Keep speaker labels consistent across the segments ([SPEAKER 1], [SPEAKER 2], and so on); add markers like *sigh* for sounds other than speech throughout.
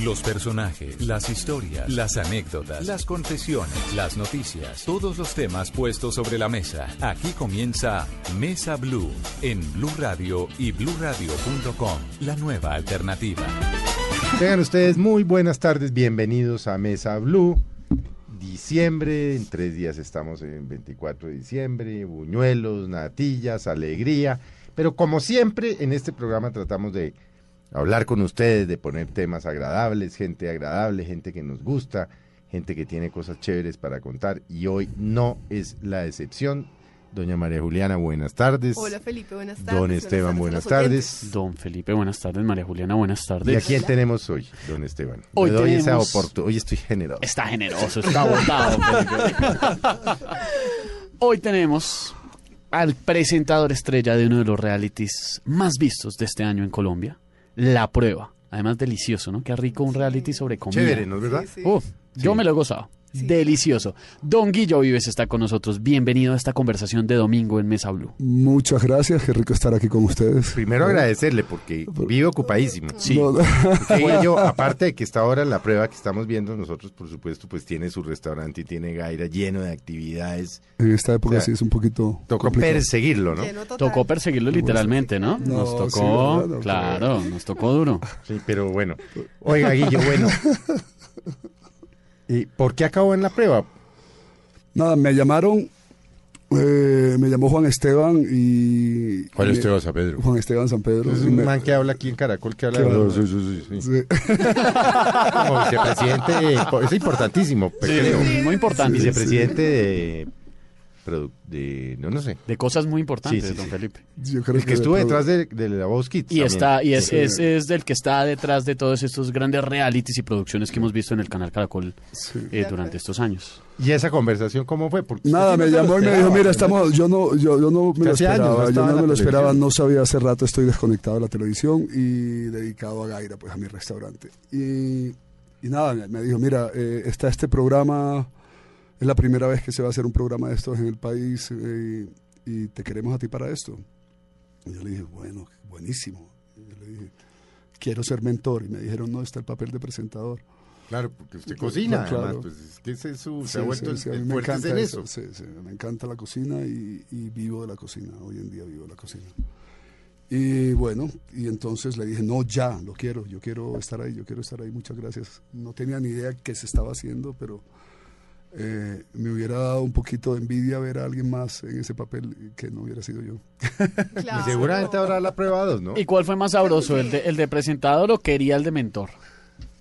[SPEAKER 1] Los personajes, las historias, las anécdotas, las confesiones, las noticias, todos los temas puestos sobre la mesa. Aquí comienza Mesa Blue en Blue Radio y bluradio.com, la nueva alternativa.
[SPEAKER 2] Tengan ustedes muy buenas tardes, bienvenidos a Mesa Blue. Diciembre, en tres días estamos en 24 de diciembre, buñuelos, natillas, alegría, pero como siempre en este programa tratamos de hablar con ustedes, de poner temas agradables, gente agradable, gente que nos gusta, gente que tiene cosas chéveres para contar y hoy no es la excepción. Doña María Juliana, buenas tardes.
[SPEAKER 3] Hola Felipe, buenas tardes.
[SPEAKER 2] Don Esteban, buenas
[SPEAKER 3] a los oyentes.
[SPEAKER 2] tardes.
[SPEAKER 4] Don Felipe, buenas tardes. María Juliana, buenas tardes.
[SPEAKER 2] ¿Y a quién tenemos hoy, don Esteban?
[SPEAKER 4] Hoy
[SPEAKER 2] Le doy esa
[SPEAKER 4] tenemos-
[SPEAKER 2] oportu- Hoy estoy generoso.
[SPEAKER 4] Está generoso, está votado. Felipe. Hoy tenemos al presentador estrella de uno de los realities más vistos de este año en Colombia, La Prueba. Además, delicioso, ¿no? Qué rico un reality sobre comida.
[SPEAKER 2] Chévere, ¿no es verdad? Oh,
[SPEAKER 3] Sí, sí.
[SPEAKER 4] Uf, yo
[SPEAKER 2] Sí.
[SPEAKER 4] me lo he gozado. Delicioso. Don Guillo Vives está con nosotros. Bienvenido a esta conversación de domingo en Mesa Blue.
[SPEAKER 5] Muchas gracias, qué rico estar aquí con ustedes.
[SPEAKER 2] Primero agradecerle porque vive ocupadísimo.
[SPEAKER 5] No, *laughs*
[SPEAKER 2] Porque yo, aparte de que esta hora la prueba que estamos viendo nosotros, por supuesto, pues tiene su restaurante y tiene Gaira lleno de actividades.
[SPEAKER 5] en esta época
[SPEAKER 2] O sea,
[SPEAKER 5] sí es un poquito
[SPEAKER 2] Tocó
[SPEAKER 5] complicado.
[SPEAKER 2] perseguirlo, ¿no?
[SPEAKER 3] Lleno total.
[SPEAKER 4] Tocó perseguirlo literalmente, ¿no?
[SPEAKER 5] No,
[SPEAKER 4] nos
[SPEAKER 5] sí,
[SPEAKER 4] tocó,
[SPEAKER 5] ¿verdad? No,
[SPEAKER 4] claro, nos tocó duro.
[SPEAKER 2] Sí, pero bueno. Oiga, Guillo, bueno. ¿Y por qué acabó en la prueba?
[SPEAKER 5] Nada, me llamaron, eh, me llamó Juan Esteban y... y-
[SPEAKER 2] San Pedro?
[SPEAKER 5] Juan Esteban San Pedro.
[SPEAKER 2] Es
[SPEAKER 5] y
[SPEAKER 2] un
[SPEAKER 5] me-
[SPEAKER 2] man que habla aquí en Caracol, que habla de
[SPEAKER 5] Claro.
[SPEAKER 2] los- sí, sí, sí, sí.
[SPEAKER 5] *laughs* Sí.
[SPEAKER 2] Como vicepresidente, eh, po- es importantísimo, creo.
[SPEAKER 4] muy importante.
[SPEAKER 2] Vicepresidente de, produ- de- No, no sé.
[SPEAKER 4] De cosas muy importantes,
[SPEAKER 2] Sí, sí,
[SPEAKER 4] don
[SPEAKER 2] sí.
[SPEAKER 4] Felipe.
[SPEAKER 5] Yo creo
[SPEAKER 2] El que estuvo
[SPEAKER 5] de
[SPEAKER 2] detrás de, Eh, de la voz Kids.
[SPEAKER 4] Y
[SPEAKER 2] también.
[SPEAKER 4] está, y es,
[SPEAKER 5] Sí.
[SPEAKER 4] es, es del que está detrás de todos estos grandes realities y producciones que hemos visto en el canal Caracol
[SPEAKER 5] Sí.
[SPEAKER 4] eh, durante estos años.
[SPEAKER 2] ¿Y esa conversación cómo fue? Porque
[SPEAKER 5] Nada,
[SPEAKER 2] usted
[SPEAKER 5] me
[SPEAKER 2] sí no se lo
[SPEAKER 5] llamó y me dijo,
[SPEAKER 2] esperaba,
[SPEAKER 5] mira,
[SPEAKER 2] ¿no?
[SPEAKER 5] estamos, yo no, yo, yo no me lo
[SPEAKER 2] Hace años, no
[SPEAKER 5] esperaba,
[SPEAKER 2] estaba
[SPEAKER 5] yo
[SPEAKER 2] en
[SPEAKER 5] no
[SPEAKER 2] la
[SPEAKER 5] me lo esperaba,
[SPEAKER 2] televisión.
[SPEAKER 5] no sabía, hace rato estoy desconectado de la televisión y dedicado a Gaira, pues a mi restaurante. Y, y nada, me- me dijo, mira, eh, está este programa, es la primera vez que se va a hacer un programa de estos en el país eh, y te queremos a ti para esto. Y yo le dije, bueno, buenísimo. Y yo le dije, quiero ser mentor. Y me dijeron, no, está el papel de presentador.
[SPEAKER 2] Claro, porque usted cocina,
[SPEAKER 5] claro.
[SPEAKER 2] además, pues es que ese es su, se
[SPEAKER 5] Sí,
[SPEAKER 2] ha vuelto
[SPEAKER 5] sí, sí, a
[SPEAKER 2] el-
[SPEAKER 5] mí
[SPEAKER 2] el
[SPEAKER 5] me
[SPEAKER 2] fuerte es
[SPEAKER 5] encanta
[SPEAKER 2] en eso.
[SPEAKER 5] Sí, sí, me encanta la cocina y, y vivo de la cocina, hoy en día vivo de la cocina. Y bueno, y entonces le dije, no, ya, lo quiero, yo quiero estar ahí, yo quiero estar ahí, muchas gracias. No tenía ni idea qué se estaba haciendo, pero eh, me hubiera dado un poquito de envidia ver a alguien más en ese papel que no hubiera sido yo.
[SPEAKER 3] Claro.
[SPEAKER 2] Y seguramente habrá la prueba dos, ¿no?
[SPEAKER 4] ¿Y cuál fue más sabroso, el de, el de presentador o quería el de mentor?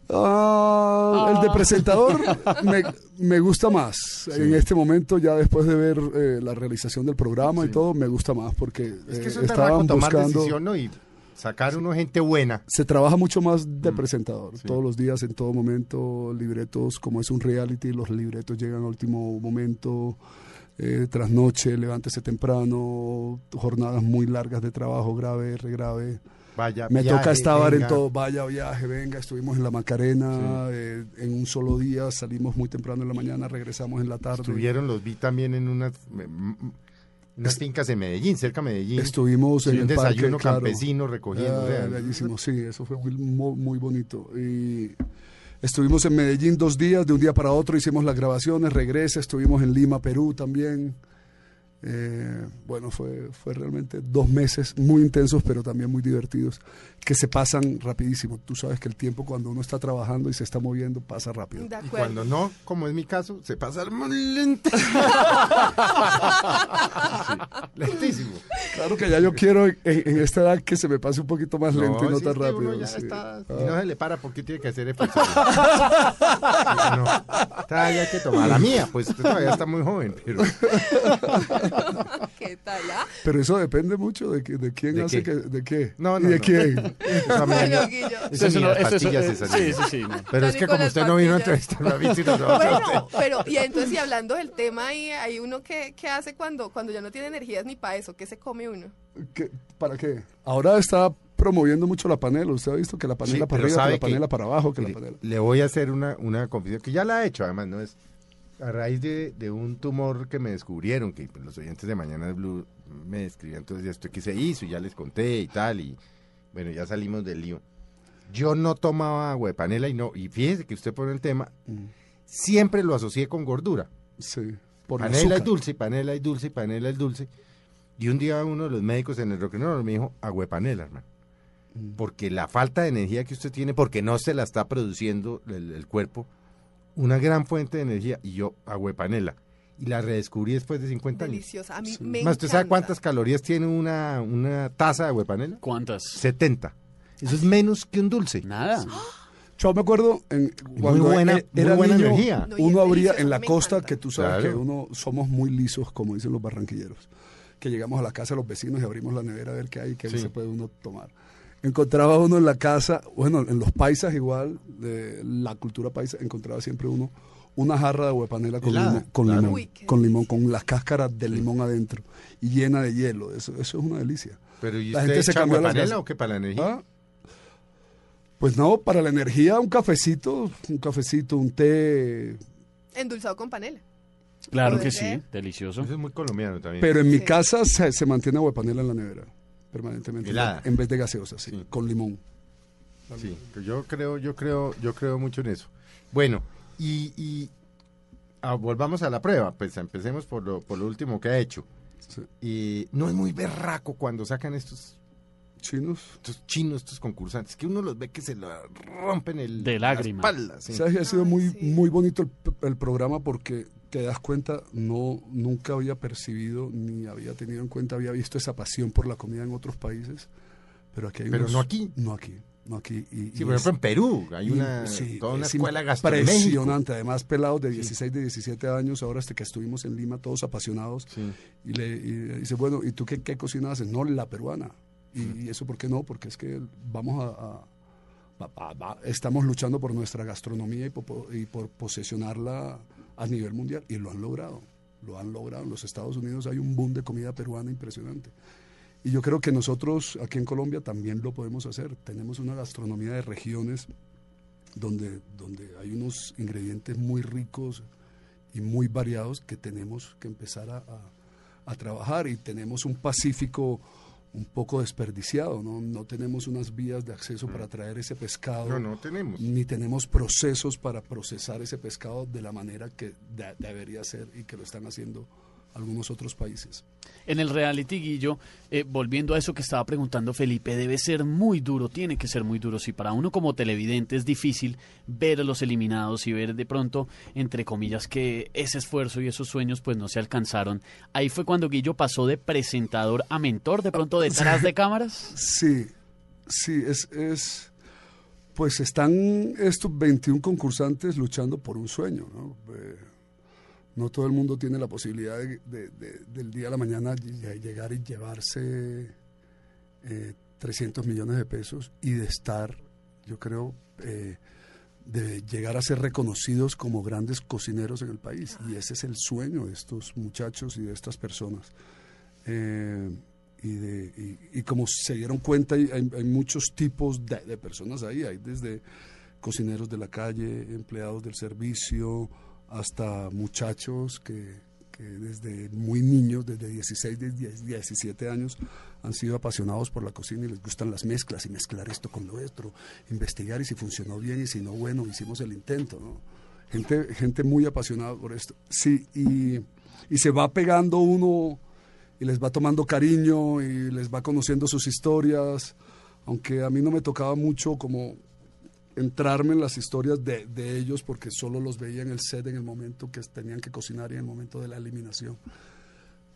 [SPEAKER 5] Ah, El de presentador me, me gusta más. En este momento, ya después de ver eh, la realización del programa y todo, me gusta más porque
[SPEAKER 2] es que
[SPEAKER 5] eh,
[SPEAKER 2] eso es berraco
[SPEAKER 5] estaban
[SPEAKER 2] tomar
[SPEAKER 5] buscando.
[SPEAKER 2] decisión, ¿no? Y sacar uno gente buena.
[SPEAKER 5] Se trabaja mucho más de presentador.
[SPEAKER 2] Mm. sí.
[SPEAKER 5] Todos los días, en todo momento, libretos, como es un reality, los libretos llegan a último momento. Eh, trasnoche, levántese temprano, jornadas muy largas de trabajo, grave, regrave.
[SPEAKER 2] Vaya,
[SPEAKER 5] Me
[SPEAKER 2] viaje,
[SPEAKER 5] toca estar en
[SPEAKER 2] venga.
[SPEAKER 5] todo, vaya viaje, venga, estuvimos en la Macarena eh, en un solo día, salimos muy temprano en la mañana, regresamos en la tarde.
[SPEAKER 2] Estuvieron, los vi también en unas, en unas fincas en Medellín, cerca de Medellín.
[SPEAKER 5] Estuvimos
[SPEAKER 2] Sí, un
[SPEAKER 5] en el parque,
[SPEAKER 2] desayuno
[SPEAKER 5] claro.
[SPEAKER 2] campesino recogiendo. o
[SPEAKER 5] Ah,
[SPEAKER 2] sea,
[SPEAKER 5] bellísimo, sí, eso fue muy, muy, muy bonito. Y estuvimos en Medellín dos días, de un día para otro hicimos las grabaciones, regresa, estuvimos en Lima, Perú también. Eh, bueno, fue, fue realmente dos meses muy intensos, pero también muy divertidos, que se pasan rapidísimo. Tú sabes que el tiempo cuando uno está trabajando y se está moviendo pasa rápido.
[SPEAKER 3] De
[SPEAKER 2] y
[SPEAKER 3] acuerdo.
[SPEAKER 2] cuando no, como es mi caso, se pasa muy
[SPEAKER 5] *laughs*
[SPEAKER 2] lento. Lentísimo.
[SPEAKER 5] Claro que ya yo quiero en, en esta edad que se me pase un poquito más *laughs* lento y no
[SPEAKER 2] sí,
[SPEAKER 5] tan
[SPEAKER 2] es que
[SPEAKER 5] rápido.
[SPEAKER 2] uno ya
[SPEAKER 5] sí.
[SPEAKER 2] está-
[SPEAKER 5] Ah.
[SPEAKER 2] y no se le para porque tiene que hacer *laughs* esfuerzo.
[SPEAKER 5] *laughs*
[SPEAKER 2] no, todavía hay que tomar la mía, pues usted todavía está muy joven, pero
[SPEAKER 3] ¿Qué tal,
[SPEAKER 2] *laughs*
[SPEAKER 3] ah?
[SPEAKER 5] Pero eso depende mucho de, que- de quién
[SPEAKER 2] ¿De
[SPEAKER 5] hace
[SPEAKER 2] qué?
[SPEAKER 5] que- de qué.
[SPEAKER 2] No,
[SPEAKER 5] y
[SPEAKER 2] no,
[SPEAKER 5] de
[SPEAKER 2] no. *laughs*
[SPEAKER 5] quién.
[SPEAKER 2] Esa
[SPEAKER 3] Ay,
[SPEAKER 2] mierda-
[SPEAKER 3] Guillo.
[SPEAKER 2] esa
[SPEAKER 4] Eso no-
[SPEAKER 2] mierda,
[SPEAKER 4] eso- eso-
[SPEAKER 2] pastillas
[SPEAKER 4] eh,
[SPEAKER 2] esa
[SPEAKER 4] sí,
[SPEAKER 2] mierda.
[SPEAKER 4] sí, sí, no.
[SPEAKER 2] Pero es que
[SPEAKER 3] Tony con
[SPEAKER 2] como
[SPEAKER 3] las
[SPEAKER 2] usted no vino a
[SPEAKER 3] pastillas.
[SPEAKER 2] entrevistarme a mí, si
[SPEAKER 3] *laughs*
[SPEAKER 2] no, no vamos a
[SPEAKER 3] Bueno, pero y entonces y hablando del tema ahí, hay uno que, que hace cuando, cuando ya no tiene energías ni para eso, ¿qué se come uno?
[SPEAKER 5] ¿Qué- ¿Para qué? Ahora está promoviendo mucho la panela. Usted ha visto que la panela
[SPEAKER 2] Sí,
[SPEAKER 5] para
[SPEAKER 2] pero
[SPEAKER 5] arriba, que
[SPEAKER 2] sabe
[SPEAKER 5] la
[SPEAKER 2] que-
[SPEAKER 5] panela para abajo, que la
[SPEAKER 2] le,
[SPEAKER 5] panela.
[SPEAKER 2] le voy a hacer una, una confesión, que ya la he hecho, además, no es a raíz de, de un tumor que me descubrieron, que pues, los oyentes de Mañana Blue me escribían entonces esto que se hizo, y ya les conté y tal, y bueno, ya salimos del lío. Yo no tomaba agua de panela y no, y fíjese que usted pone el tema,
[SPEAKER 5] Mm,
[SPEAKER 2] siempre lo asocié con gordura.
[SPEAKER 5] Sí. Por el
[SPEAKER 2] panela es
[SPEAKER 5] azúcar.
[SPEAKER 2] dulce, panela es dulce, panela es dulce. Y un día uno de los médicos en el roquenero me dijo, agua de panela, hermano
[SPEAKER 5] Mm.
[SPEAKER 2] porque la falta de energía que usted tiene, porque no se la está produciendo el, el cuerpo, una gran fuente de energía, y yo agua de panela. Y la redescubrí después de 50 años.
[SPEAKER 3] Deliciosa. A mí
[SPEAKER 5] Sí.
[SPEAKER 3] me
[SPEAKER 2] Más, ¿usted sabe
[SPEAKER 3] encanta.
[SPEAKER 2] cuántas calorías tiene una, una taza de agua de panela?
[SPEAKER 4] ¿Cuántas?
[SPEAKER 2] 70. Eso es menos que un dulce.
[SPEAKER 4] Nada.
[SPEAKER 3] ¿Ah?
[SPEAKER 5] Yo me acuerdo en
[SPEAKER 2] Muy
[SPEAKER 5] cuando
[SPEAKER 2] buena,
[SPEAKER 5] e-
[SPEAKER 2] muy
[SPEAKER 5] era
[SPEAKER 2] buena
[SPEAKER 5] niño,
[SPEAKER 2] energía.
[SPEAKER 3] No, y
[SPEAKER 5] uno
[SPEAKER 3] es
[SPEAKER 5] abría
[SPEAKER 3] delicioso,
[SPEAKER 5] en la
[SPEAKER 3] me
[SPEAKER 5] costa,
[SPEAKER 3] encanta.
[SPEAKER 5] que tú sabes
[SPEAKER 2] Claro.
[SPEAKER 5] que uno somos muy lisos, como dicen los barranquilleros, que llegamos a la casa de los vecinos y abrimos la nevera a ver qué hay, qué
[SPEAKER 2] Sí.
[SPEAKER 5] se puede uno tomar. Encontraba uno en la casa, bueno, en los paisas igual, de la cultura paisa, encontraba siempre uno una jarra de huepanela con,
[SPEAKER 2] Helada,
[SPEAKER 5] limo- con
[SPEAKER 2] claro.
[SPEAKER 5] limón,
[SPEAKER 3] Uy, qué
[SPEAKER 5] con limón, con las cáscaras de limón adentro y llena de hielo. Eso, eso es una delicia.
[SPEAKER 2] Pero ¿y
[SPEAKER 5] La
[SPEAKER 2] usted
[SPEAKER 5] gente se
[SPEAKER 2] echa agua
[SPEAKER 5] cambió
[SPEAKER 2] de
[SPEAKER 5] las
[SPEAKER 2] panela
[SPEAKER 5] gas-
[SPEAKER 2] o qué para la energía?
[SPEAKER 5] Ah. Pues no, para la energía un cafecito, un cafecito, un té.
[SPEAKER 3] Endulzado con panela.
[SPEAKER 4] Claro
[SPEAKER 3] Puede
[SPEAKER 4] que
[SPEAKER 3] ser.
[SPEAKER 4] sí, delicioso.
[SPEAKER 2] Eso es muy colombiano también.
[SPEAKER 5] Pero en mi
[SPEAKER 3] Sí.
[SPEAKER 5] casa se, se mantiene agua de panela en la nevera, permanentemente.
[SPEAKER 2] Helada.
[SPEAKER 5] En vez de gaseosa, sí,
[SPEAKER 2] Sí.
[SPEAKER 5] con limón.
[SPEAKER 2] Sí, yo creo, yo creo, yo creo mucho en eso. Bueno, y, y, ah, volvamos a la prueba, pues empecemos por lo, por lo último que ha hecho.
[SPEAKER 5] Sí.
[SPEAKER 2] Y no es muy berraco cuando sacan estos,
[SPEAKER 5] Chinos.
[SPEAKER 2] estos chinos, estos concursantes, que uno los ve que se lo rompen el,
[SPEAKER 4] De lágrima.
[SPEAKER 2] la espalda. sí.
[SPEAKER 5] ¿Sabes? que Ha sido
[SPEAKER 3] Ay,
[SPEAKER 5] muy,
[SPEAKER 3] sí.
[SPEAKER 5] muy bonito el, el programa porque te das cuenta, no, nunca había percibido ni había tenido en cuenta, había visto esa pasión por la comida en otros países. Pero aquí hay
[SPEAKER 2] Pero
[SPEAKER 5] unos-
[SPEAKER 2] no aquí.
[SPEAKER 5] No aquí. No aquí. Y,
[SPEAKER 2] Sí,
[SPEAKER 5] y
[SPEAKER 2] por
[SPEAKER 5] es-
[SPEAKER 2] ejemplo, en Perú hay una,
[SPEAKER 5] Sí,
[SPEAKER 2] toda una
[SPEAKER 5] es
[SPEAKER 2] escuela gastronómica.
[SPEAKER 5] Impresionante, además pelados de 16, de 17 años, ahora hasta que estuvimos en Lima todos apasionados,
[SPEAKER 2] Sí.
[SPEAKER 5] y le y le dice, bueno, ¿y tú qué, qué cocina haces? No, la peruana. Y, y eso por qué no? Porque es que vamos a... a- va- va- va- estamos luchando por nuestra gastronomía y po- po- y por, posesionarla a nivel mundial, y lo han logrado, lo han logrado. En los Estados Unidos hay un boom de comida peruana impresionante. Y yo creo que nosotros aquí en Colombia también lo podemos hacer. Tenemos una gastronomía de regiones donde, donde hay unos ingredientes muy ricos y muy variados que tenemos que empezar a, a- a trabajar y tenemos un Pacífico un poco desperdiciado, ¿no? No tenemos unas vías de acceso para traer ese pescado
[SPEAKER 2] Mm. No, no tenemos.
[SPEAKER 5] ni tenemos procesos para procesar ese pescado de la manera que de- debería ser y que lo están haciendo algunos otros países.
[SPEAKER 4] En el reality, Guillo, eh, volviendo a eso que estaba preguntando Felipe, debe ser muy duro, tiene que ser muy duro. Si para uno como televidente es difícil ver a los eliminados y ver de pronto, entre comillas, que ese esfuerzo y esos sueños pues no se alcanzaron. Ahí fue cuando Guillo pasó de presentador a mentor, de pronto
[SPEAKER 2] *laughs*
[SPEAKER 4] detrás de cámaras.
[SPEAKER 5] Sí, sí, es, es- pues están estos 21 concursantes luchando por un sueño, ¿no? Eh, no todo el mundo tiene la posibilidad de- de- de- del día a la mañana lle- llegar y llevarse eh, 300 millones de pesos y de estar, yo creo, eh, de llegar a ser reconocidos como grandes cocineros en el país. Y ese es el sueño de estos muchachos y de estas personas. Eh, y, de, y, y como se dieron cuenta, hay, hay- hay muchos tipos de, de personas ahí. Hay desde cocineros de la calle, empleados del servicio, hasta muchachos que, que desde muy niños, desde 16, desde 10, 17 años, han sido apasionados por la cocina y les gustan las mezclas y mezclar esto con lo otro, investigar y si funcionó bien y si no, bueno, hicimos el intento. ¿no? Gente, gente muy apasionada por esto. Sí, y, y se va pegando uno y les va tomando cariño y les va conociendo sus historias, aunque a mí no me tocaba mucho como entrarme en las historias de, de ellos porque solo los veía en el set en el momento que tenían que cocinar y en el momento de la eliminación.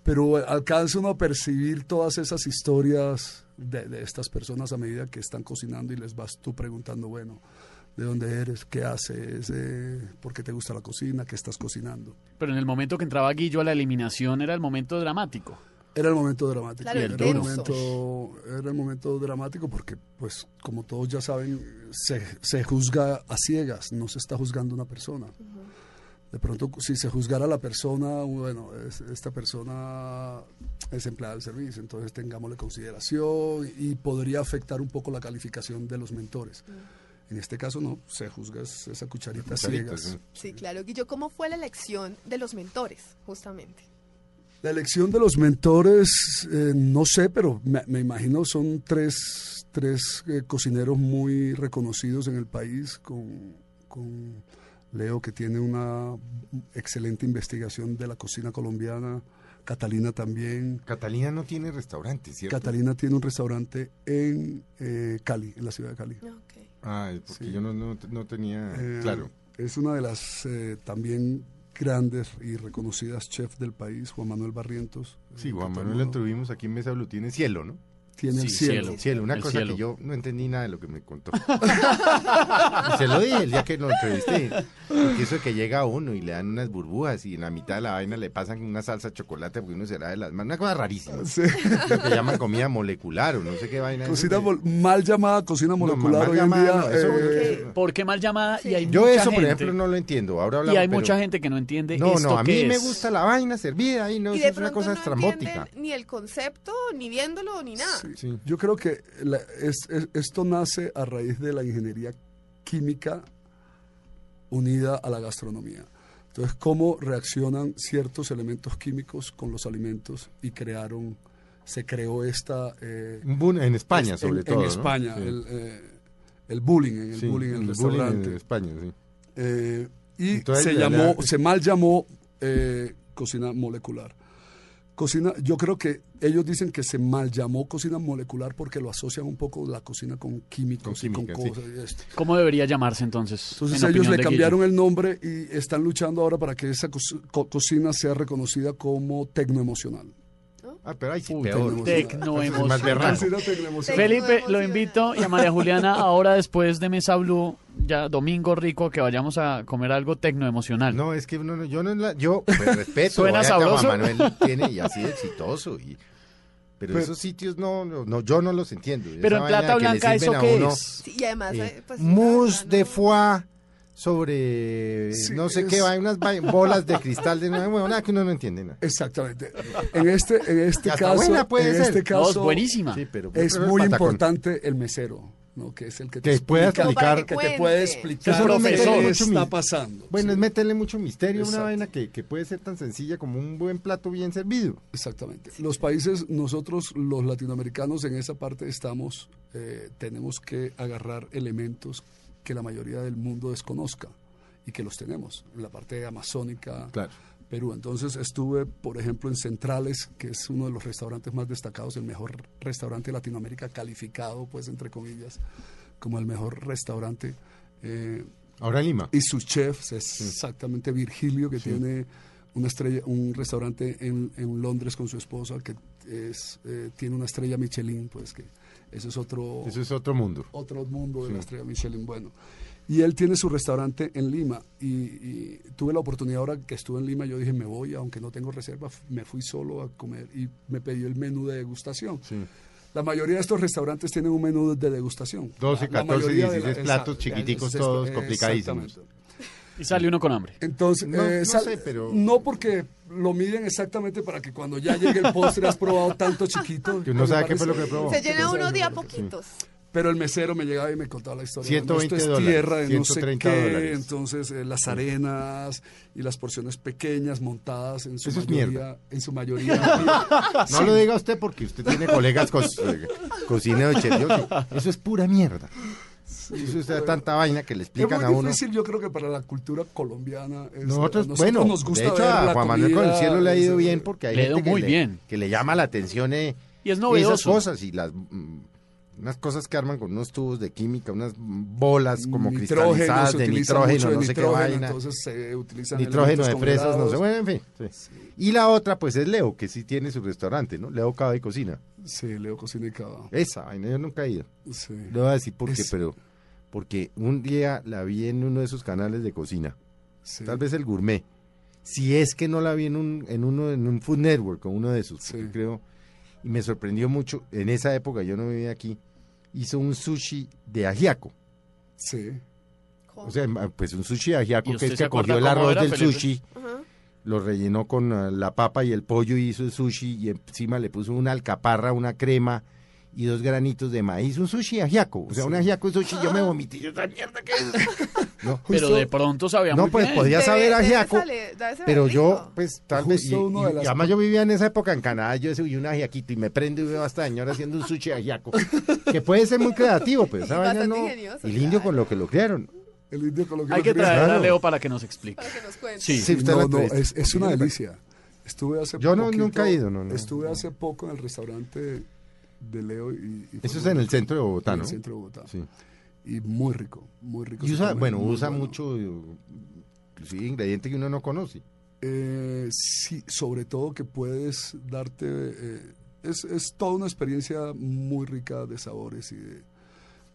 [SPEAKER 5] Pero alcanza uno a percibir todas esas historias de, de estas personas a medida que están cocinando y les vas tú preguntando, bueno, de dónde eres, qué haces, eh, por qué te gusta la cocina, qué estás cocinando.
[SPEAKER 4] Pero en el momento que entraba Guillo a la eliminación era el momento dramático.
[SPEAKER 5] Era el momento dramático.
[SPEAKER 3] Claro,
[SPEAKER 5] era,
[SPEAKER 3] el
[SPEAKER 5] el
[SPEAKER 3] duro.
[SPEAKER 5] momento, era el momento dramático porque, pues, como todos ya saben, se, se juzga a ciegas, no se está juzgando una persona. De pronto, si se juzgara la persona, bueno, es- esta persona es empleada del servicio, entonces tengámosle consideración y podría afectar un poco la calificación de los mentores. En este caso, no, se juzga es- esa cucharita a
[SPEAKER 2] Cucharita,
[SPEAKER 5] ciegas.
[SPEAKER 2] sí.
[SPEAKER 3] Sí, claro. Guillo, ¿cómo fue la elección de los mentores, justamente?
[SPEAKER 5] La elección de los mentores, eh, no sé, pero me, me imagino son tres, tres eh, cocineros muy reconocidos en el país, con, con Leo que tiene una excelente investigación de la cocina colombiana, Catalina también.
[SPEAKER 2] Catalina no tiene restaurante, ¿cierto?
[SPEAKER 5] Catalina tiene un restaurante en eh, Cali, en la ciudad de Cali.
[SPEAKER 2] Ay, porque
[SPEAKER 5] Sí.
[SPEAKER 2] yo no, no- no tenía...
[SPEAKER 5] Eh,
[SPEAKER 2] Ah, claro.
[SPEAKER 5] Es una de las eh, también grandes y reconocidas chefs del país, Juan Manuel Barrientos.
[SPEAKER 2] Sí,
[SPEAKER 5] eh,
[SPEAKER 2] Juan
[SPEAKER 5] que todo el
[SPEAKER 2] Manuel la
[SPEAKER 5] mundo
[SPEAKER 2] tuvimos aquí en Mesa Blue. Tiene cielo, ¿no?
[SPEAKER 5] Tiene el
[SPEAKER 4] Sí,
[SPEAKER 5] cielo.
[SPEAKER 4] cielo.
[SPEAKER 2] Cielo, una
[SPEAKER 4] El
[SPEAKER 2] cosa
[SPEAKER 4] cielo.
[SPEAKER 2] que yo no entendí nada de lo que me
[SPEAKER 4] *laughs*
[SPEAKER 2] contó. Se lo dije el día que lo entrevisté. Porque eso de que llega uno y le dan unas burbujas y en la mitad de la vaina le pasan una salsa de chocolate porque uno se la de las manos. Una cosa rarísima.
[SPEAKER 5] Sí.
[SPEAKER 2] Lo que llaman comida molecular o no sé qué vaina. es
[SPEAKER 5] Cocina
[SPEAKER 2] eso que-
[SPEAKER 5] mol- mal llamada cocina
[SPEAKER 2] No,
[SPEAKER 5] molecular
[SPEAKER 2] mal
[SPEAKER 5] hoy en día.
[SPEAKER 2] llamada, no, eso-
[SPEAKER 5] eh,
[SPEAKER 3] Ok.
[SPEAKER 4] ¿Por qué mal llamada?
[SPEAKER 3] Sí.
[SPEAKER 4] Y hay
[SPEAKER 2] Yo
[SPEAKER 4] mucha
[SPEAKER 2] eso, por
[SPEAKER 4] gente-
[SPEAKER 2] ejemplo, no lo entiendo. Ahora hablamos,
[SPEAKER 4] y hay
[SPEAKER 2] pero-
[SPEAKER 4] mucha gente que no entiende
[SPEAKER 2] No,
[SPEAKER 4] esto
[SPEAKER 2] no, a mí
[SPEAKER 4] qué
[SPEAKER 2] me
[SPEAKER 4] es.
[SPEAKER 2] gusta la vaina servida ahí, no
[SPEAKER 3] y
[SPEAKER 2] eso
[SPEAKER 3] de
[SPEAKER 2] es una
[SPEAKER 3] pronto
[SPEAKER 2] cosa
[SPEAKER 3] no
[SPEAKER 2] estrambótica.
[SPEAKER 3] entienden ni el concepto, ni viéndolo, ni nada.
[SPEAKER 5] sí.
[SPEAKER 2] Sí.
[SPEAKER 5] Yo creo que la- es- es- esto nace a raíz de la ingeniería química unida a la gastronomía. Entonces, cómo reaccionan ciertos elementos químicos con los alimentos y crearon, se creó esta eh,
[SPEAKER 2] Un boom en España,
[SPEAKER 5] es-
[SPEAKER 2] sobre
[SPEAKER 5] en,
[SPEAKER 2] todo.
[SPEAKER 5] en
[SPEAKER 2] ¿no?
[SPEAKER 5] España,
[SPEAKER 2] Sí.
[SPEAKER 5] el, eh, el bullying, en el
[SPEAKER 2] Sí,
[SPEAKER 5] bullying en el,
[SPEAKER 2] el bullying
[SPEAKER 5] restaurante.
[SPEAKER 2] en España, sí.
[SPEAKER 5] Eh, y
[SPEAKER 2] Entonces,
[SPEAKER 5] se
[SPEAKER 2] la-
[SPEAKER 5] llamó,
[SPEAKER 2] la-
[SPEAKER 5] se mal llamó eh, cocina molecular. Cocina, yo creo que ellos dicen que se mal llamó cocina molecular porque lo asocian un poco la cocina con químicos
[SPEAKER 2] Con
[SPEAKER 5] y
[SPEAKER 2] química,
[SPEAKER 5] con
[SPEAKER 2] sí.
[SPEAKER 5] cosas. y esto.
[SPEAKER 4] ¿Cómo debería llamarse entonces?
[SPEAKER 5] Entonces
[SPEAKER 4] en
[SPEAKER 5] ellos
[SPEAKER 4] opinión
[SPEAKER 5] le
[SPEAKER 4] de Guillo?
[SPEAKER 5] cambiaron el nombre y están luchando ahora para que esa cos- co- cocina sea reconocida como tecnoemocional.
[SPEAKER 2] Ah, pero ahí sí
[SPEAKER 4] Uy,
[SPEAKER 2] peor.
[SPEAKER 4] tecnoemocional.
[SPEAKER 2] Es más berraco.
[SPEAKER 5] Cocina tecnoemocional.
[SPEAKER 4] Felipe, lo
[SPEAKER 3] Emocional.
[SPEAKER 4] invito y a María Juliana ahora después de Mesa Blue, ya domingo rico, que vayamos a comer algo tecnoemocional.
[SPEAKER 2] No, es que uno no, yo no la, yo
[SPEAKER 4] *laughs*
[SPEAKER 2] pues, respeto.
[SPEAKER 4] Suena
[SPEAKER 2] obviamente, a Juan
[SPEAKER 4] sabroso.
[SPEAKER 2] Manuel tiene y así de exitoso y pero,
[SPEAKER 5] Pero-
[SPEAKER 2] esos sitios no, no, no, yo no los entiendo.
[SPEAKER 4] Pero en
[SPEAKER 2] Esa
[SPEAKER 4] plata
[SPEAKER 2] vaina que le
[SPEAKER 4] blanca, ¿eso
[SPEAKER 2] sirven a
[SPEAKER 4] qué
[SPEAKER 2] uno,
[SPEAKER 4] es?
[SPEAKER 3] Sí, y además,
[SPEAKER 2] eh,
[SPEAKER 3] eh, pues,
[SPEAKER 2] mousse
[SPEAKER 3] la
[SPEAKER 2] de
[SPEAKER 3] verdad,
[SPEAKER 2] foie sobre
[SPEAKER 5] Sí,
[SPEAKER 2] no sé
[SPEAKER 5] es-
[SPEAKER 2] qué, hay unas vai- bolas de cristal de nuevo, nada que uno no entiende nada.
[SPEAKER 5] Exactamente. En este, en este
[SPEAKER 2] Y hasta
[SPEAKER 5] caso,
[SPEAKER 2] buena puede
[SPEAKER 5] en
[SPEAKER 2] ser.
[SPEAKER 5] este
[SPEAKER 4] No, es
[SPEAKER 5] caso,
[SPEAKER 4] buenísima.
[SPEAKER 2] Sí, pero
[SPEAKER 5] Es
[SPEAKER 2] pero
[SPEAKER 5] muy
[SPEAKER 2] patacón.
[SPEAKER 5] importante el mesero, ¿no? Que es el que te
[SPEAKER 2] Que pueda
[SPEAKER 5] explica,
[SPEAKER 2] explicar.
[SPEAKER 5] que
[SPEAKER 3] Cuente.
[SPEAKER 5] te puede
[SPEAKER 2] Eso
[SPEAKER 5] explicar
[SPEAKER 2] no
[SPEAKER 5] qué
[SPEAKER 2] meterle mucho
[SPEAKER 5] está
[SPEAKER 2] mi-
[SPEAKER 5] pasando.
[SPEAKER 2] Bueno,
[SPEAKER 5] Sí,
[SPEAKER 2] es meterle mucho misterio a una
[SPEAKER 5] Exacto.
[SPEAKER 2] vaina que, que puede ser tan sencilla como un buen plato bien servido.
[SPEAKER 5] exactamente. Los países, nosotros los latinoamericanos en esa parte estamos, eh, tenemos que agarrar elementos que la mayoría del mundo desconozca y que los tenemos. La parte amazónica,
[SPEAKER 2] Claro.
[SPEAKER 5] Perú. Entonces estuve, por ejemplo, en Centrales, que es uno de los restaurantes más destacados, el mejor restaurante de Latinoamérica, calificado, pues, entre comillas, como el mejor restaurante. eh,
[SPEAKER 2] Ahora Lima.
[SPEAKER 5] y su chef es exactamente Virgilio, que tiene una estrella, un restaurante en, en Londres con su esposa, que es, eh, tiene una estrella Michelin, pues que eso es otro
[SPEAKER 2] Eso es otro mundo.
[SPEAKER 5] otro mundo de
[SPEAKER 2] Sí.
[SPEAKER 5] la estrella Michelin. Bueno, y él tiene su restaurante en Lima y, y tuve la oportunidad ahora que estuve en Lima, yo dije, me voy, aunque no tengo reserva, f- me fui solo a comer y me pedí el menú de degustación.
[SPEAKER 2] Sí.
[SPEAKER 5] La mayoría de estos restaurantes tienen un menú de degustación.
[SPEAKER 2] 12,
[SPEAKER 5] La- la
[SPEAKER 2] 14,
[SPEAKER 5] mayoría de
[SPEAKER 2] 16 platos chiquiticos,
[SPEAKER 5] exacto,
[SPEAKER 2] todos
[SPEAKER 5] eh,
[SPEAKER 2] complicadísimos.
[SPEAKER 5] exactamente.
[SPEAKER 4] Y sale uno con hambre.
[SPEAKER 5] Entonces,
[SPEAKER 2] No,
[SPEAKER 5] eh,
[SPEAKER 2] no
[SPEAKER 5] sal-
[SPEAKER 2] sé, pero-
[SPEAKER 5] no porque lo miden exactamente para que cuando ya llegue el postre has probado tanto chiquito.
[SPEAKER 2] Que uno
[SPEAKER 5] me
[SPEAKER 2] sabe qué fue
[SPEAKER 5] parece-
[SPEAKER 2] lo que probó.
[SPEAKER 3] Se llena
[SPEAKER 5] Sí.
[SPEAKER 3] uno de a poquitos.
[SPEAKER 5] Pero el mesero me llegaba y me contaba la historia.
[SPEAKER 2] 120
[SPEAKER 5] Esto es
[SPEAKER 2] dólares,
[SPEAKER 5] tierra de no sé
[SPEAKER 2] 130
[SPEAKER 5] qué,
[SPEAKER 2] dólares.
[SPEAKER 5] entonces eh, las arenas y las porciones pequeñas montadas en su
[SPEAKER 2] Eso es
[SPEAKER 5] mayoría,
[SPEAKER 2] mierda.
[SPEAKER 5] en su mayoría.
[SPEAKER 2] *laughs* No lo diga usted porque usted tiene colegas co- eh, cocineros chef. Yo sí. Eso es pura mierda. Eso es tanta vaina que le
[SPEAKER 5] es
[SPEAKER 2] explican a
[SPEAKER 5] muy
[SPEAKER 2] uno.
[SPEAKER 5] difícil, yo creo que para la cultura colombiana. este,
[SPEAKER 2] Nosotros,
[SPEAKER 5] a
[SPEAKER 2] bueno,
[SPEAKER 5] nos gusta
[SPEAKER 2] de hecho
[SPEAKER 5] ver
[SPEAKER 2] a
[SPEAKER 5] la
[SPEAKER 2] Juan Manuel con el
[SPEAKER 5] comida,
[SPEAKER 2] cielo le ha ido
[SPEAKER 5] ese-
[SPEAKER 2] bien pues, porque hay
[SPEAKER 4] Le ha ido
[SPEAKER 2] gente que,
[SPEAKER 4] muy
[SPEAKER 2] le,
[SPEAKER 4] bien.
[SPEAKER 2] que le llama la atención eh,
[SPEAKER 4] Y es
[SPEAKER 2] esas
[SPEAKER 4] novedoso.
[SPEAKER 2] cosas y las mm, unas cosas que arman con unos tubos de química, unas bolas como
[SPEAKER 5] eh, Nitrógeno,
[SPEAKER 2] cristalizadas
[SPEAKER 5] se
[SPEAKER 2] de
[SPEAKER 5] utiliza
[SPEAKER 2] nitrógeno,
[SPEAKER 5] mucho de
[SPEAKER 2] no sé qué
[SPEAKER 5] nitrógeno,
[SPEAKER 2] vaina.
[SPEAKER 5] Entonces se utilizan
[SPEAKER 2] Nitrógeno
[SPEAKER 5] elementos
[SPEAKER 2] de fresas, no sé,
[SPEAKER 5] congelados.
[SPEAKER 2] bueno, en fin. sí. Y la otra, pues es Leo, que sí tiene su restaurante, ¿no? Leo Cava y Cocina.
[SPEAKER 5] Sí, Leo Cocina y Cava.
[SPEAKER 2] Esa vaina yo nunca he ido.
[SPEAKER 5] Sí.
[SPEAKER 2] No voy a decir por qué,
[SPEAKER 5] Es-
[SPEAKER 2] pero porque un día la vi en uno de esos canales de cocina,
[SPEAKER 5] Sí,
[SPEAKER 2] tal vez el gourmet. Si es que no la vi en un, en uno, en un Food Network o uno de esos,
[SPEAKER 5] Sí.
[SPEAKER 2] porque creo, y me sorprendió mucho, en esa época yo no vivía aquí, hizo un sushi de ajiaco.
[SPEAKER 5] sí.
[SPEAKER 2] O sea, ma- pues un sushi de
[SPEAKER 4] ¿Y
[SPEAKER 2] ajiaco que
[SPEAKER 4] usted
[SPEAKER 2] es
[SPEAKER 4] se
[SPEAKER 2] que
[SPEAKER 4] acuerda
[SPEAKER 2] cogió el
[SPEAKER 4] cómo
[SPEAKER 2] arroz
[SPEAKER 4] era,
[SPEAKER 2] del
[SPEAKER 4] Felipe?
[SPEAKER 2] sushi,
[SPEAKER 3] Ajá.
[SPEAKER 2] lo rellenó con ah, la papa y el pollo y hizo el sushi y encima le puso una alcaparra, una crema y dos granitos de maíz, un sushi de ajiaco. O sea, un ajiaco de sushi, yo me vomité, yo esta mierda que
[SPEAKER 4] *laughs*
[SPEAKER 2] es. No,
[SPEAKER 4] Pero de pronto sabía
[SPEAKER 2] No,
[SPEAKER 4] muy
[SPEAKER 2] pues,
[SPEAKER 4] bien.
[SPEAKER 2] podía- Ya
[SPEAKER 3] Debe-
[SPEAKER 2] saber
[SPEAKER 3] debe
[SPEAKER 2] ajiaco,
[SPEAKER 3] sale- debe saber
[SPEAKER 2] pero yo,
[SPEAKER 3] rico.
[SPEAKER 2] pues tal
[SPEAKER 5] Justo
[SPEAKER 2] vez, y,
[SPEAKER 5] uno
[SPEAKER 2] y-
[SPEAKER 5] de las
[SPEAKER 2] y además yo vivía en esa época en Canadá, yo decía, uy, un ajiaquito, y me prendo y veo a esta señora haciendo un sushi de ajiaco, que puede ser muy creativo, pero esa
[SPEAKER 3] *laughs* Y
[SPEAKER 2] vaina
[SPEAKER 3] bastante
[SPEAKER 2] no,
[SPEAKER 3] ingenioso,
[SPEAKER 2] y el indio
[SPEAKER 3] claro.
[SPEAKER 2] con lo que lo crearon.
[SPEAKER 5] El indio con lo
[SPEAKER 4] Hay
[SPEAKER 5] lo
[SPEAKER 4] que
[SPEAKER 5] quería.
[SPEAKER 4] traer a
[SPEAKER 2] Claro.
[SPEAKER 4] Leo para que nos explique.
[SPEAKER 3] Para que nos cuente.
[SPEAKER 4] Sí.
[SPEAKER 2] Sí, usted
[SPEAKER 5] no,
[SPEAKER 2] la
[SPEAKER 5] no,
[SPEAKER 2] entrevista.
[SPEAKER 5] es, es una
[SPEAKER 2] Porque-
[SPEAKER 5] delicia. Estuve hace
[SPEAKER 2] Yo no-
[SPEAKER 5] poquito-
[SPEAKER 2] nunca he ido, no, no,
[SPEAKER 5] Estuve
[SPEAKER 2] no.
[SPEAKER 5] hace poco en el restaurante de Leo y... y-
[SPEAKER 2] Eso es en el centro de Bogotá,
[SPEAKER 5] en
[SPEAKER 2] ¿no?
[SPEAKER 5] el centro de Bogotá.
[SPEAKER 2] Sí.
[SPEAKER 5] Y muy rico, muy rico.
[SPEAKER 2] Y
[SPEAKER 5] se
[SPEAKER 2] usa,
[SPEAKER 5] come
[SPEAKER 2] bueno,
[SPEAKER 5] muy
[SPEAKER 2] usa
[SPEAKER 5] bueno.
[SPEAKER 2] mucho sí, ingrediente que uno no conoce.
[SPEAKER 5] Eh, sí, sobre todo que puedes darte... eh, es, es toda una experiencia muy rica de sabores y de...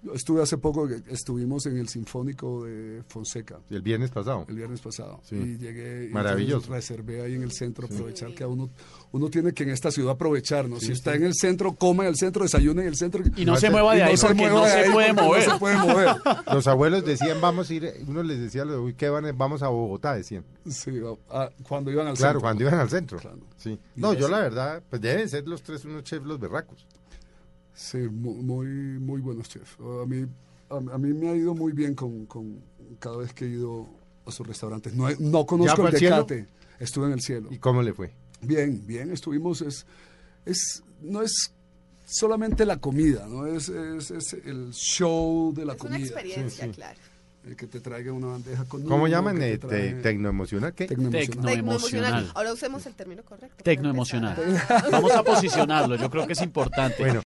[SPEAKER 5] Yo Estuve hace poco, que estuvimos en el Sinfónico de Fonseca.
[SPEAKER 2] El viernes pasado.
[SPEAKER 5] el viernes pasado.
[SPEAKER 2] Sí.
[SPEAKER 5] Y llegué y
[SPEAKER 2] Maravilloso.
[SPEAKER 5] entonces reservé ahí en el centro, aprovechar que a uno, uno tiene que en esta ciudad aprovechar, ¿no? si está en el centro, coma en el centro, desayuna en el centro.
[SPEAKER 4] Y no se mueva de ahí porque
[SPEAKER 5] mueva
[SPEAKER 4] no
[SPEAKER 5] de
[SPEAKER 4] se
[SPEAKER 5] ahí
[SPEAKER 4] puede
[SPEAKER 5] porque
[SPEAKER 4] mover.
[SPEAKER 5] No se puede
[SPEAKER 4] *laughs*
[SPEAKER 5] mover.
[SPEAKER 2] Los abuelos decían, vamos a ir, uno les decía, uy, ¿qué van a- vamos a Bogotá, decían.
[SPEAKER 5] Sí, a- a- cuando iban al
[SPEAKER 2] Claro,
[SPEAKER 5] centro.
[SPEAKER 2] cuando iban al centro.
[SPEAKER 5] Claro.
[SPEAKER 2] Sí.
[SPEAKER 5] Y
[SPEAKER 2] No,
[SPEAKER 5] era
[SPEAKER 2] yo
[SPEAKER 5] así.
[SPEAKER 2] la verdad, pues deben ser los tres unos chefs los berracos.
[SPEAKER 5] Sí, mu- muy, muy buenos chefs. A mí, a, a mí me ha ido muy bien con, con cada vez que he ido a sus restaurantes. No, he- no conozco
[SPEAKER 2] fue
[SPEAKER 5] el
[SPEAKER 2] al cielo?
[SPEAKER 5] Tecate. Estuve en el cielo.
[SPEAKER 2] ¿Y cómo le fue?
[SPEAKER 5] Bien, bien, estuvimos, es, es, no es solamente la comida, ¿no? Es, es, es el show de la
[SPEAKER 3] Es una
[SPEAKER 5] comida.
[SPEAKER 3] experiencia, claro.
[SPEAKER 5] El que te traiga una bandeja con
[SPEAKER 2] ¿Cómo
[SPEAKER 5] humo,
[SPEAKER 2] llaman?
[SPEAKER 5] que
[SPEAKER 2] Eh,
[SPEAKER 5] te
[SPEAKER 2] te-
[SPEAKER 5] trae-
[SPEAKER 2] ¿Tecnoemocional? ¿Qué?
[SPEAKER 5] Tecnoemocional.
[SPEAKER 3] Tecnoemocional.
[SPEAKER 4] Tecnoemocional.
[SPEAKER 5] *laughs*
[SPEAKER 3] Ahora usemos el término correcto. para empezar a-
[SPEAKER 4] Tecnoemocional. Vamos a posicionarlo, yo creo que es importante.
[SPEAKER 2] Bueno,